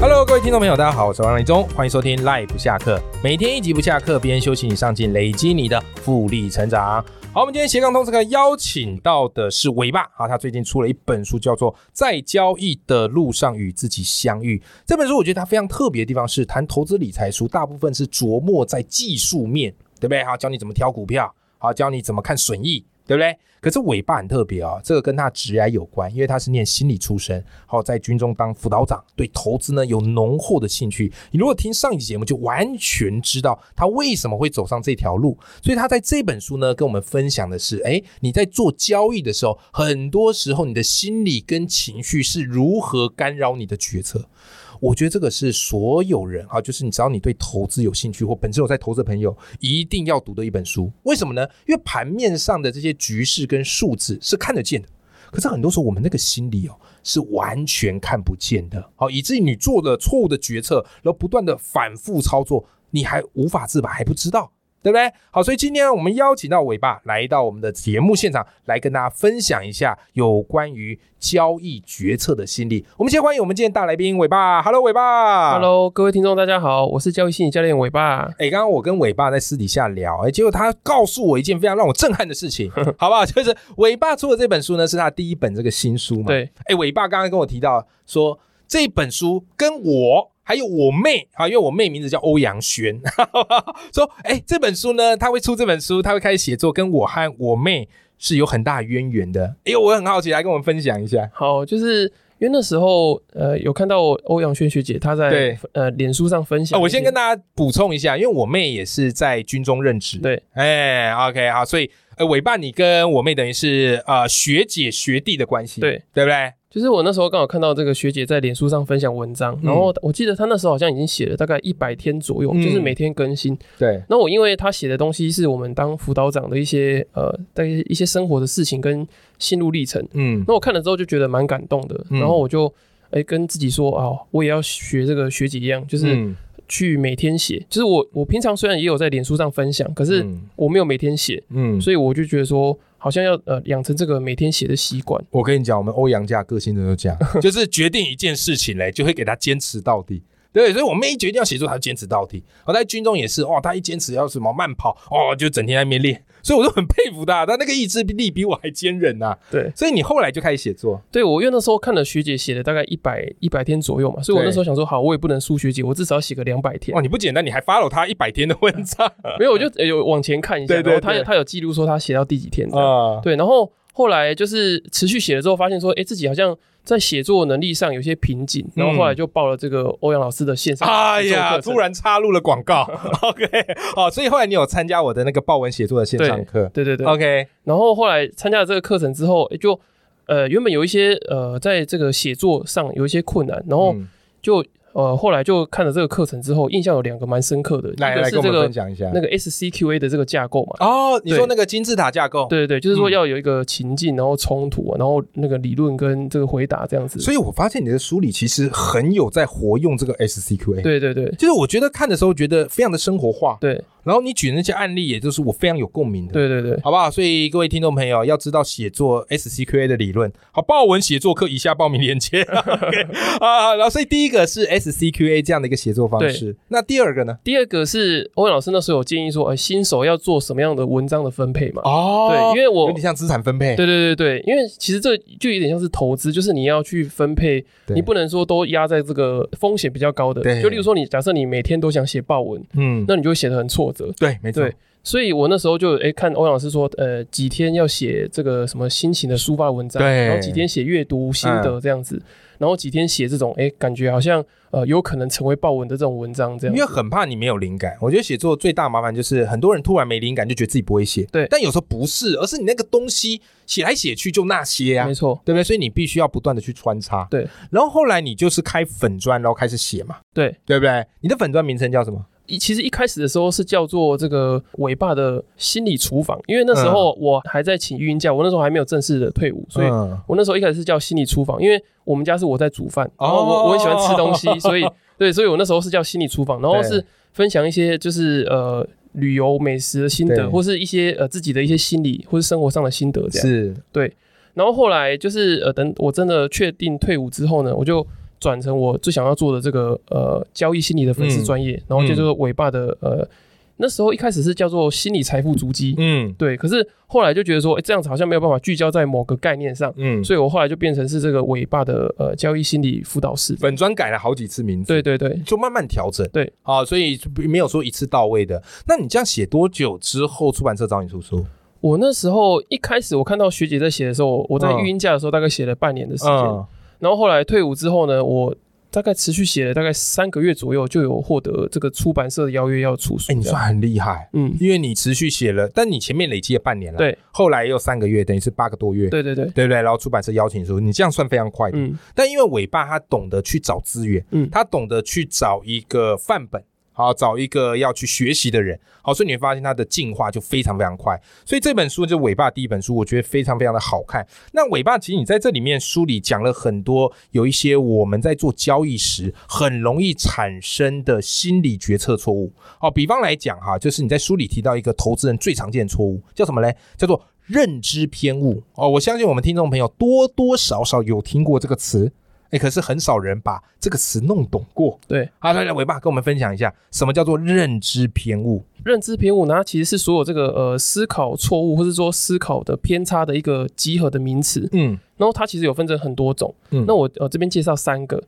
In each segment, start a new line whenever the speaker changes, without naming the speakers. Hello，各位听众朋友，大家好，我是欧阳立中，欢迎收听 Life 不下课，每天一集不下课，边休息你上进，累积你的复利成长。好，我们今天斜杠通这个邀请到的是伟爸，好，他最近出了一本书，叫做《在交易的路上与自己相遇》。这本书我觉得它非常特别的地方是，谈投资理财书大部分是琢磨在技术面，对不对？好，教你怎么挑股票，好，教你怎么看损益，对不对？可是伟爸很特别哦，这个跟他职涯有关，因为他是念心理出身，好，在军中当辅导长，对投资呢有浓厚的兴趣。你如果听上一集节目，就完全知道他为什么会走上这条路。所以他在这本书呢，跟我们分享的是，哎，你在做交易的时候，很多时候你的心理跟情绪是如何干扰你的决策。我觉得这个是所有人啊，就是你只要你对投资有兴趣或本身有在投资的朋友，一定要读的一本书。为什么呢？因为盘面上的这些局势跟数字是看得见的，可是很多时候我们那个心理哦是完全看不见的，好，以至于你做了错误的决策，然后不断的反复操作，你还无法自拔，还不知道。对不对？好，所以今天我们邀请到伟爸来到我们的节目现场，来跟大家分享一下有关于交易决策的心理。我们先欢迎我们今天大来宾伟爸，Hello，伟爸
Hello，各位听众，大家好，我是教育心理教练尾巴。
哎，刚刚我跟伟爸在私底下聊，哎，结果他告诉我一件非常让我震撼的事情，好不好？就是伟爸出的这本书呢，是他第一本这个新书嘛。
对，
哎，伟爸刚刚跟我提到说，这本书跟我还有我妹啊，因为我妹名字叫欧阳轩， 说，哎，这本书呢，他会出这本书，他会开始写作，跟我和我妹是有很大渊源的。哎，我很好奇，来跟我们分享一下。
好，就是因为那时候呃有看到欧阳轩学姐她在
对
呃脸书上分
啊，
享、
我先跟大家补充一下，因为我妹也是在军中任职。
对
哎，OK，好，所以呃，伟爸你跟我妹等于是呃学姐学弟的关系，
对，
对不对？
就是我那时候刚好看到这个学姐在脸书上分享文章，然后我记得她那时候好像已经写了大概一百天左右，
嗯
就是每天更新。
对，
那我因为她写的东西是我们当辅导长的一些呃在一些生活的事情跟心路历程，
嗯，
那我看了之后就觉得蛮感动的，
嗯
然后我就哎、跟自己说啊、我也要学这个学姐一样，就是。
嗯
去每天写。就是我我平常虽然也有在脸书上分享，可是
嗯
我没有每天写，
嗯，
所以我就觉得说，好像要呃养成这个每天写的习惯。
我跟你讲，我们欧阳家个性都这样，就是决定一件事情嘞，就会给他坚持到底。对，所以我妹一决定要写作，她就坚持到底。我在军中也是，哦，她一坚持要什么慢跑，哦，就整天在那边练，所以我都很佩服她，她那个意志力比我还坚韧呐、
对，
所以你后来就开始写作，
对我因为那时候看了学姐写的大概一百一百天左右嘛，所以我
对
那时候想说，好，我也不能输学姐，我至少要写个两百天
哇，。你不简单，你还 follow 她一百天的文章
没有，我就呃有往前看一下，
对对
然后她有
对
她有记录说她写到第几天这样。
啊，
对，然后后来就是持续写了之后，发现说，哎，自己好像在写作能力上有些瓶颈，然后后
嗯
来就报了这个欧阳老师的线上
哎
写作
呀，
课程
突然插入了广告。OK，好，所以后来你有参加我的那个豹文写作的线上课。
对对对，
OK，
然后后来参加了这个课程之后，诶就呃原本有一些呃在这个写作上有一些困难，然后
嗯
就、呃后来就看了这个课程之后，印象有两个蛮深刻的，
来
一个
来
是
跟我
这
们
个
分享一下
那。个 SCQA 的这个架构嘛。
哦，你说
对
那个金字塔架构，
对对对，就是
嗯
说要有一个情境，然后冲突啊，然后那个理论跟这个回答这样子。
所以我发现你的书里其实很有在活用这个 SCQA。，
对对对
就是我觉得看的时候觉得非常的生活化，
对
然后你举那些案例，也就是我非常有共鸣的。
对对对，
好不好？所以各位听众朋友要知道写作 SCQA 的理论。好，豹文写作课以下报名链 接。OK 啊，然后所以第一个是 SCQA 这样的一个写作方式，那第二个呢？
第二个是欧阳老师那时候有建议说，呃，新手要做什么样的文章的分配嘛？
哦
对，因为我
有点像资产分配，
对对对对，因为其实这就有点像是投资，就是你要去分配，
对
你不能说都压在这个风险比较高的
对。
就例如说你假设你每天都想写报文，
嗯，
那你就会写得很挫折。
对，没错
对，所以我那时候就诶看欧阳老师说，呃，几天要写这个什么心情的抒发文章，
对嗯
然后几天写阅读心得这样子，然后几天写这种诶感觉好像呃有可能成为报文的这种文章这样
因
子。
为很怕你没有灵感。我觉得写作最大麻烦就是很多人突然没灵感，就觉得自己不会写。
对
但有时候不是，而是你那个东西写来写去就那些啊
没，错，
对不对？所以你必须要不断的去穿插。
对，
然后后来你就是开粉砖，然后开始写嘛，
对，
对不对？你的粉砖名称叫什么？
一其实一开始的时候是叫做这个伟爸的心理厨房，因为那时候我还在请育婴假，我那时候还没有正式的退伍，所以
嗯
我那时候一开始是叫心理厨房，因为我们家是我在煮饭，然后
哦
我我很喜欢吃东西，所以对，所以我那时候是叫心理厨房，然后是分享一些就是呃旅游美食的心
对
得，或是一些呃自己的一些心理或是生活上的心得这样。
是
然后后来就是呃，等我真的确定退伍之后呢，我就转成我最想要做的这个呃交易心理的粉丝专业，
嗯
然后就做尾巴的呃，那时候一开始是叫做心理财富足迹，
嗯
对，可是后来就觉得说，哎，这样子好像没有办法聚焦在某个概念上，
嗯，
所以我后来就变成是这个尾巴的呃交易心理辅导师，
本专改了好几次名字，
对对对，
就慢慢调整，
对，
啊，所以没有说一次到位的。那你这样写多久之后出版社找你出书？
我那时候一开始我看到学姐在写的时候，我在
嗯
育婴假的时候大概写了半年的时间，
嗯，
然后后来退伍之后呢，我大概持续写了大概三个月左右，就有获得这个出版社的邀约要出书
哎，。你
这样
算很厉害，
嗯，
因为你持续写了，但你前面累积了半年了，
对，
后来又三个月，等于是八个多月，
对对对，
对不对？然后出版社邀请书，你这样算非常快的。
嗯
但因为伟爸他懂得去找资源，
嗯
他懂得去找一个范本，好找一个要去学习的人，好，所以你会发现他的进化就非常非常快。所以这本书就是伟爸第一本书，我觉得非常非常的好看。那伟爸其实你在这里面书里讲了很多，有一些我们在做交易时很容易产生的心理决策错误。好，比方来讲哈，就是你在书里提到一个投资人最常见的错误，叫什么嘞？叫做认知偏误哦，我相信我们听众朋友多多少少有听过这个词，哎，可是很少人把这个词弄懂过。
对，
好，来来，伟爸跟我们分享一下什么叫做认知偏误。
认知偏误呢，它其实是所有这个呃思考错误，或是说思考的偏差的一个集合的名词。
嗯
然后它其实有分成很多种，
嗯
那我呃这边介绍三个。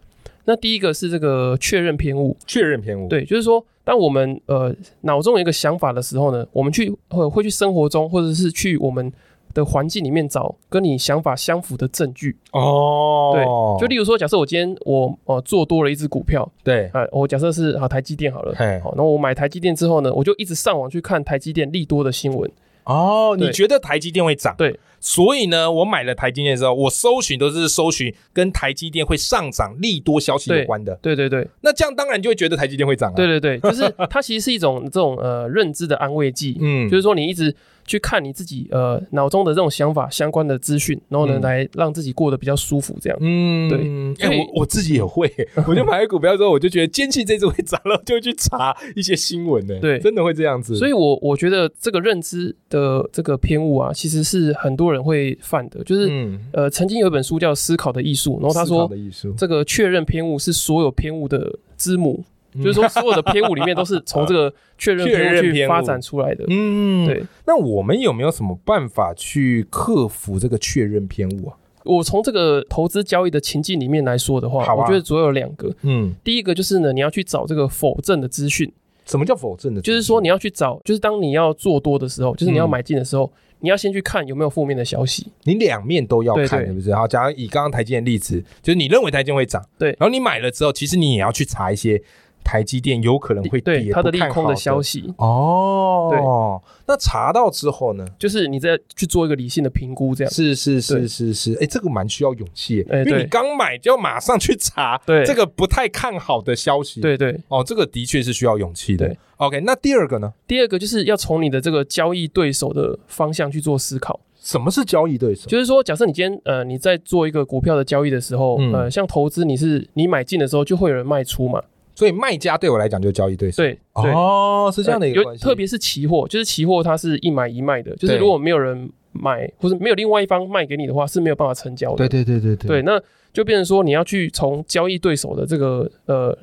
那第一个是这个确认偏误，
确认偏误，
对，就是说，当我们呃脑中有一个想法的时候呢，我们去呃会去生活中，或者是去我们的环境里面找跟你想法相符的证据。
哦，
就例如说，假设我今天我呃做多了一只股票，
对，
啊，我假设是啊台积电好了，
嘿
好，那我买台积电之后呢，我就一直上网去看台积电利多的新闻，
哦，
对
你觉得台积电会涨？
对，
所以呢，我买了台积电之后，我搜寻都是搜寻跟台积电会上涨利多消息有
对
关的，
对对对
那这样当然就会觉得台积电会涨啊。
对，对对，就是它其实是一种这种呃认知的安慰剂，
嗯，
就是说你一直去看你自己呃脑中的这种想法相关的资讯，然后呢、
嗯
来让自己过得比较舒服这样。
嗯，
对
哎、
所以
我我自己也会， 我就买了股票之后，我就觉得坚信这次会涨了，就会去查一些新闻呢、
对
真的会这样子。
所
以，
以我我觉得这个认知的这个偏误啊，其实是很多人会犯的。就是、
嗯，
呃，曾经有一本书叫《思考的艺术》，然后他
思考
说
的艺术，
这个确认偏误是所有偏误的之母，
嗯
就是说所有的偏误里面都是从 这个确认
确
偏误
认偏
去
误
发展出来的。
嗯，。
对
那我们有没有什么办法去克服这个确认偏误啊？
我从这个投资交易的情境里面来说的话，
好啊
我觉得主要有两个。
嗯，
第一个就是呢，你要去找这个否证的 资讯，
什么叫否证的？
就是说你要去找，就是当你要做多的时候，就是你
嗯
要买进的时候，你要先去看有没有负面的消息。
你两面都要看，
对对
不对？好，假如以刚刚台积电的例子，就是你认为台积电会涨，
对
然后你买了之后，其实你也要去查一些台积电有可能会
对
跌
它的
不
利
看
空
好
的
的
消。息，
哦，那查到之后呢？
就是你再去做一个理性的评估，这样。
是是是
对
是是，哎、这个蛮需要勇气耶，
哎
因为
对
你刚买就要马上去查
对
这个不太看好的消息。，
对对，
哦，这个的确是需要勇气的
对。
OK，那第二个呢？
第二个就是要从你的这个交易对手的方向去做思考，
什么是交易对手？
就是说，假设你今天呃你在做一个股票的交易的时候，
嗯
呃，像投资你是你买进的时候就会有人卖出嘛，
所以卖家对我来讲就是交易对手。
对对，
哦，是这样的一个
呃
关
有
系，
特别是期货，就是期货它是一买一卖的，就是
对
如果没有人买或者没有另外一方卖给你的话是没有办法成交的，
对对对对
对，那就变成说你要去从交易对手的这个呃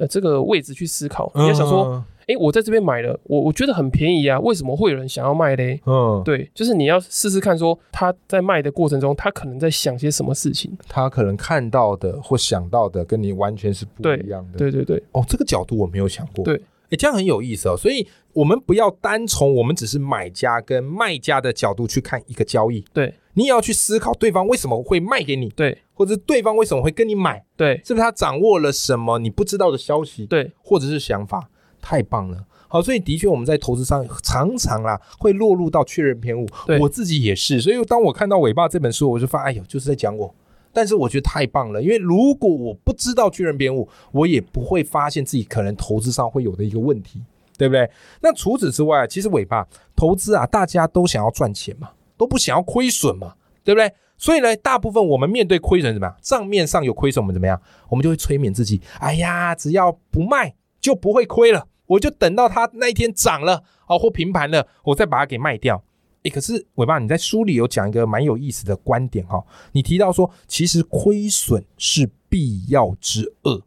呃这个位置去思考，
嗯
你要想说，诶，我在这边买了，我我觉得很便宜啊，为什么会有人想要卖嘞？
嗯，嗯，
对，就是你要试试看，说他在卖的过程中，他可能在想些什么事情。
他可能看到的或想到的跟你完全是不一样的。
对对对
哦，这个角度我没有想过。
对。
哎，这样很有意思哦，所以我们不要单从我们只是买家跟卖家的角度去看一个交易，
对
你也要去思考对方为什么会卖给你，
对
或者是对方为什么会跟你买，
对
是不是他掌握了什么你不知道的消息，
对
或者是想法？太棒了！好，所以的确我们在投资上常常啦会落入到确认偏误
对，
我自己也是。所以当我看到《尾巴》这本书，我就发现，哎呦，就是在讲我。但是我觉得太棒了，因为如果我不知道巨人编舞，我也不会发现自己可能投资上会有的一个问题，对不对？那除此之外，其实尾巴投资啊，大家都想要赚钱嘛，都不想要亏损嘛，对不对？所以呢，大部分我们面对亏损怎么样？账面上有亏损，我们怎么样？我们就会催眠自己，哎呀，只要不卖就不会亏了，我就等到它那一天涨了啊、哦，或平盘了，我再把它给卖掉。诶，可是尾巴，你在书里有讲一个蛮有意思的观点哈、哦，你提到说，其实亏损是必要之恶。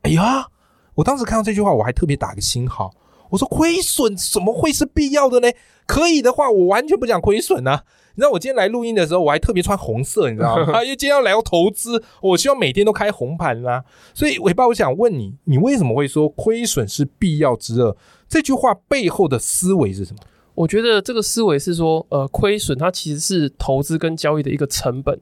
哎呀，我当时看到这句话，我还特别打个星号，我说亏损怎么会是必要的呢？可以的话，我完全不讲亏损啊。你知道我今天来录音的时候，我还特别穿红色，你知道 吗？因为今天要聊投资，我希望每天都开红盘啦、啊。所以尾巴，我想问你，你为什么会说亏损是必要之恶？这句话背后的思维是什么？
我觉得这个思维是说，呃，亏损它其实是投资跟交易的一个成本。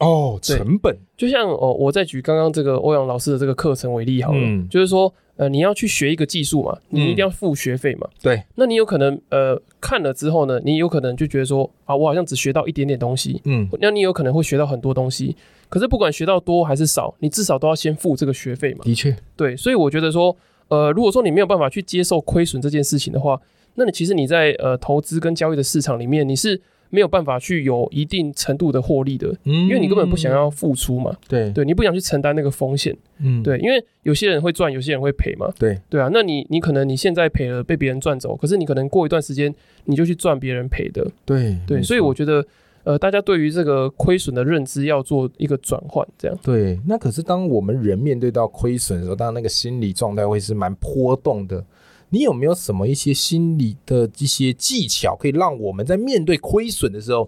哦，成本。
就像哦，我再举刚刚这个欧阳老师的这个课程为例好了，
嗯
就是说，呃，你要去学一个技术嘛，你一定要付学费嘛。
对，
那你有可能呃看了之后呢，你有可能就觉得说啊，我好像只学到一点点东西，
嗯，
那你有可能会学到很多东西。可是不管学到多还是少，你至少都要先付这个学费嘛。
的确，
对，所以我觉得说，呃，如果说你没有办法去接受亏损这件事情的话，那你其实你在呃投资跟交易的市场里面，你是没有办法去有一定程度的获利的，
嗯
因为你根本不想，要付出嘛，
对，
对你不想去承担那个风险，
嗯，
对，因为有些人会赚，有些人会赔嘛，
对，
对啊，那你你可能你现在赔了被别人赚走，可是你可能过一段时间你就去赚别人赔的，
对，
对，
没
所以
错
我觉得呃大家对于这个亏损的认知要做一个转换，这样。
对，那可是当我们人面对到亏损的时候，当然那个心理状态会是蛮波动的。你有没有什么一些心理的一些技巧，可以让我们在面对亏损的时候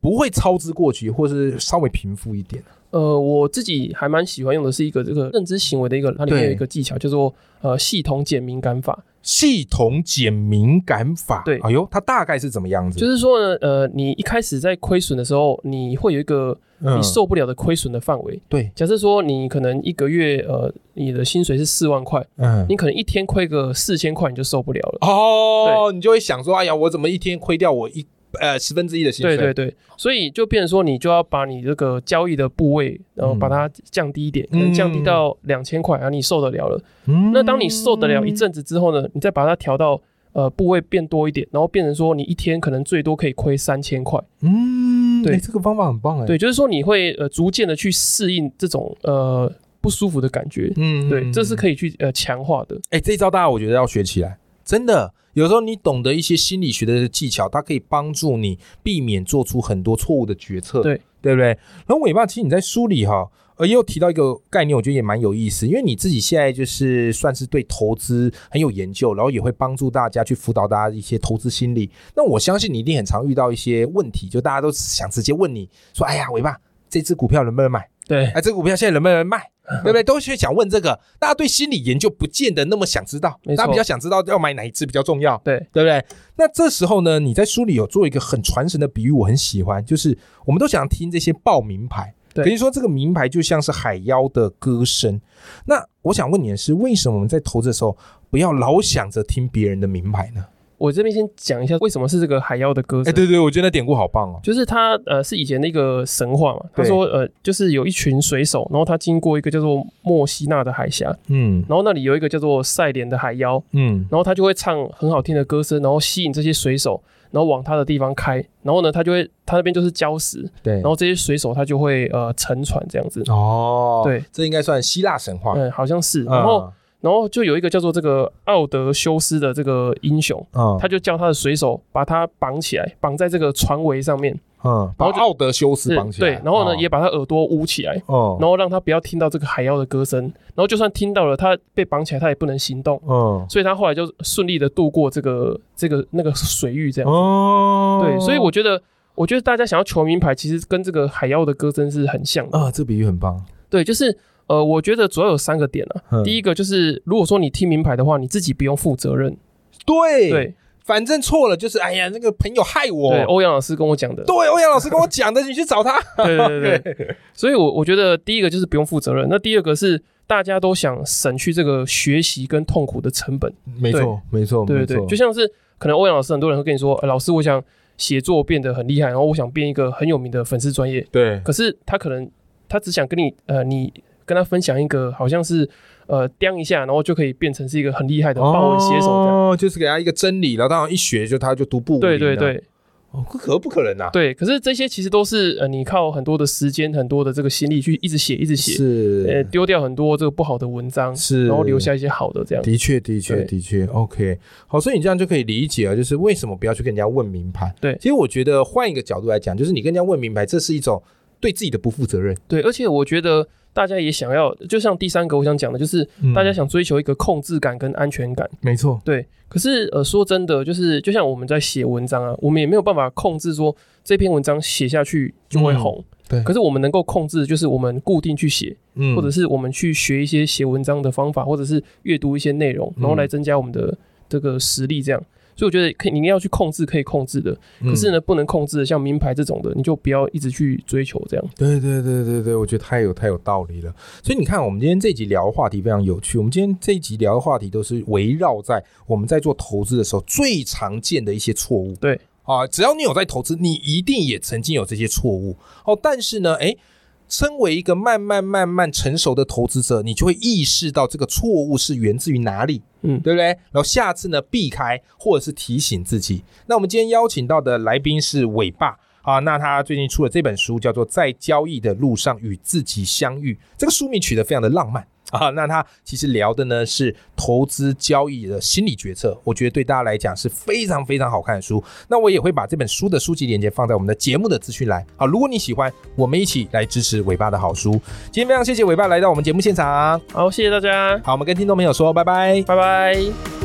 不会操之过急，或是稍微平复一点？
呃，我自己还蛮喜欢用的是一个这个认知行为的一个，它里面
对
有一个技巧叫做呃系统减敏感法，
系统减敏感法，
对
哎呦，它大概是怎么样子？
就是是说呢，呃，你一开始在亏损的时候，你会有一个
嗯
你受不了的亏损的范围。
哎对，
假设说你可能一个月呃你的薪水是四万块，
嗯，
你可能一天亏个四千块你就受不了了。
哦，你就会想说，哎呀，我怎么一天亏掉我一呃十分之一的薪水？
对对对，所以就变成说，你就要把你这个交易的部位，然后把它降低一点，可能降低到两千块，然后啊你受得了了。
嗯
那当你受得了一阵子之后呢，你再把它调到呃部位变多一点，然后变成说你一天可能最多可以亏三千块。
嗯，
对
哎这个方法很棒哎，
对，就是说你会呃逐渐的去适应这种呃不舒服的感觉。
嗯，嗯，
对，这是
可以。
可以去呃强化的。
哎、这一招大家我觉得要学起来，真的。有时候你懂得一些心理学的技巧，它可以帮助你避免做出很多错误的决策，
对
对不对？然后尾巴，其实你在书里哈，呃，也有提到一个概念，我觉得也蛮有意思，因为你自己现在就是算是对投资很有研究，然后也会帮助大家去辅导大家一些投资心理。那我相信你一定很常遇到一些问题，就大家都想直接问你说：“哎呀，尾巴，这只股票能不能买？”
对
哎，这个股票现在能不能卖？
嗯
对不对？都是想问这个，大家对心理研究不见得那么想知道，
没错
大家比较想知道要买哪一只比较重要，
对
对不对？那这时候呢，你在书里有做一个很传神的比喻，我很喜欢，就是我们都想听这些报名牌，
对
等于说这个名牌就像是海妖的歌声。那我想问你的是，为什么我们在投资的时候不要老想着听别人的名牌呢？
我这边先讲一下为什么是这个海妖的歌
哎，
声。
对对，我觉得那典故好棒哦。
就是他呃是以前的一个神话嘛，他
对
说呃就是有一群水手，然后他经过一个叫做墨西纳的海峡，
嗯
然后那里有一个叫做赛莲的海妖，
嗯，
然后他就会唱很好听的歌声，然后吸引这些水手，然后往他的地方开，然后呢他就会他那边就是礁石，
对。
然后这些水手他就会呃沉船这样子，
哦，
对，
这应该算希腊神话。
嗯好像是，然后然后就有一个叫做这个奥德修斯的这个英雄，
嗯，嗯
他就叫他的水手把他绑起来，绑在这个船桅上面，
嗯，把
然后就
奥德修斯绑起来，
对，然后呢、
哦
也把他耳朵捂起来，
哦，
然后让他不要听到这个海妖的歌声，然后就算听到了，他被绑起来，他也不能行动，
嗯
所以他后来就顺利的度过这个这个那个水域，这样、
哦，
对，所以我觉得，我觉得大家想要求名牌，其实跟这个海妖的歌声是很像的，
啊，这比喻很棒。
对，就是呃，我觉得主要有三个点啊，第
一，
一个就是如果说你听名牌的话，你自己不用负责任，
对，
对
反正错了就是，哎呀，那个朋友害我。
对，哦欧阳老师跟我讲的，
对，欧阳老师跟我讲的，你去找他。
对对对对对，所以我我觉得第一个就是不用负责任，那第二个是。大家都想省去这个学习跟痛苦的成本，
没错，没错，
对对
没
对，
错
就像是可能欧阳老师，很多人会跟你说，呃、老师，我想写作变得很厉害，然后我想变一个很有名的粉丝专业，
对
可是他可能他只想跟你呃，你跟他分享一个好像是呃，掂一下，然后就可以变成是一个很厉害的豹纹写手这样。
哦，就是给他一个真理，然后当然一学就他就独步武
对
林
对
了，
对
哦，可不可能啊？
对，可是这些其实都是呃，你靠很多的时间、很多的这个心力去一直写、一直写，呃，
是
丢掉很多这个不好的文章，
是，
然后留下一些好的这样。
的确，的确，
对
的确，OK。好，所以你这样就可以理解啊，就是为什么不要去跟人家问名牌。
对
其实我觉得换一个角度来讲，就是你跟人家问名牌，这是一种对自己的不负责任。
对，而且我觉得大家也想要，就像第三个我想讲的，就是
嗯
大家想追求一个控制感跟安全感。
没错，
对，可是呃，说真的，就是就像我们在写文章啊，我们也没有办法控制说这篇文章写下去就会红。
嗯对
可是我们能够控制，就是我们固定去写，
嗯
或者是我们去学一些写文章的方法，或者是阅读一些内
嗯
容，然后来增加我们的这个实力。这样，所以我觉得可以，你一定要去控制可以控制的，可是
呢，
呢，不能控制的，像名牌这种的，你就不要一直去追求这样。
对对对对对，我觉得太有太有道理了。所以你看，我们今天这集聊的话题非常有趣。我们今天这一集聊的话题都是围绕在我们在做投资的时候最常见的一些错误。
对
啊，只要你有在投资，你一定也曾经有这些错误哦。但是呢，诶，身为一个慢慢慢慢成熟的投资者，你就会意识到这个错误是源自于哪里。
嗯
对不对？然后下次呢，避开或者是提醒自己。那我们今天邀请到的来宾是伟爸啊，那他最近出了这本书，叫做《在交易的路上与自己相遇》，这个书名取得非常的浪漫。啊，那他其实聊的呢是投资交易的心理决策，我觉得对大家来讲是非常非常好看的书。那我也会把这本书的书籍链接放在我们的节目的资讯栏。啊好，如果你喜欢，我们一起来支持伟爸的好书。今天非常谢谢伟爸来到我们节目现场。
好，谢谢大家，
好，我们跟听众朋友说拜拜。
拜拜。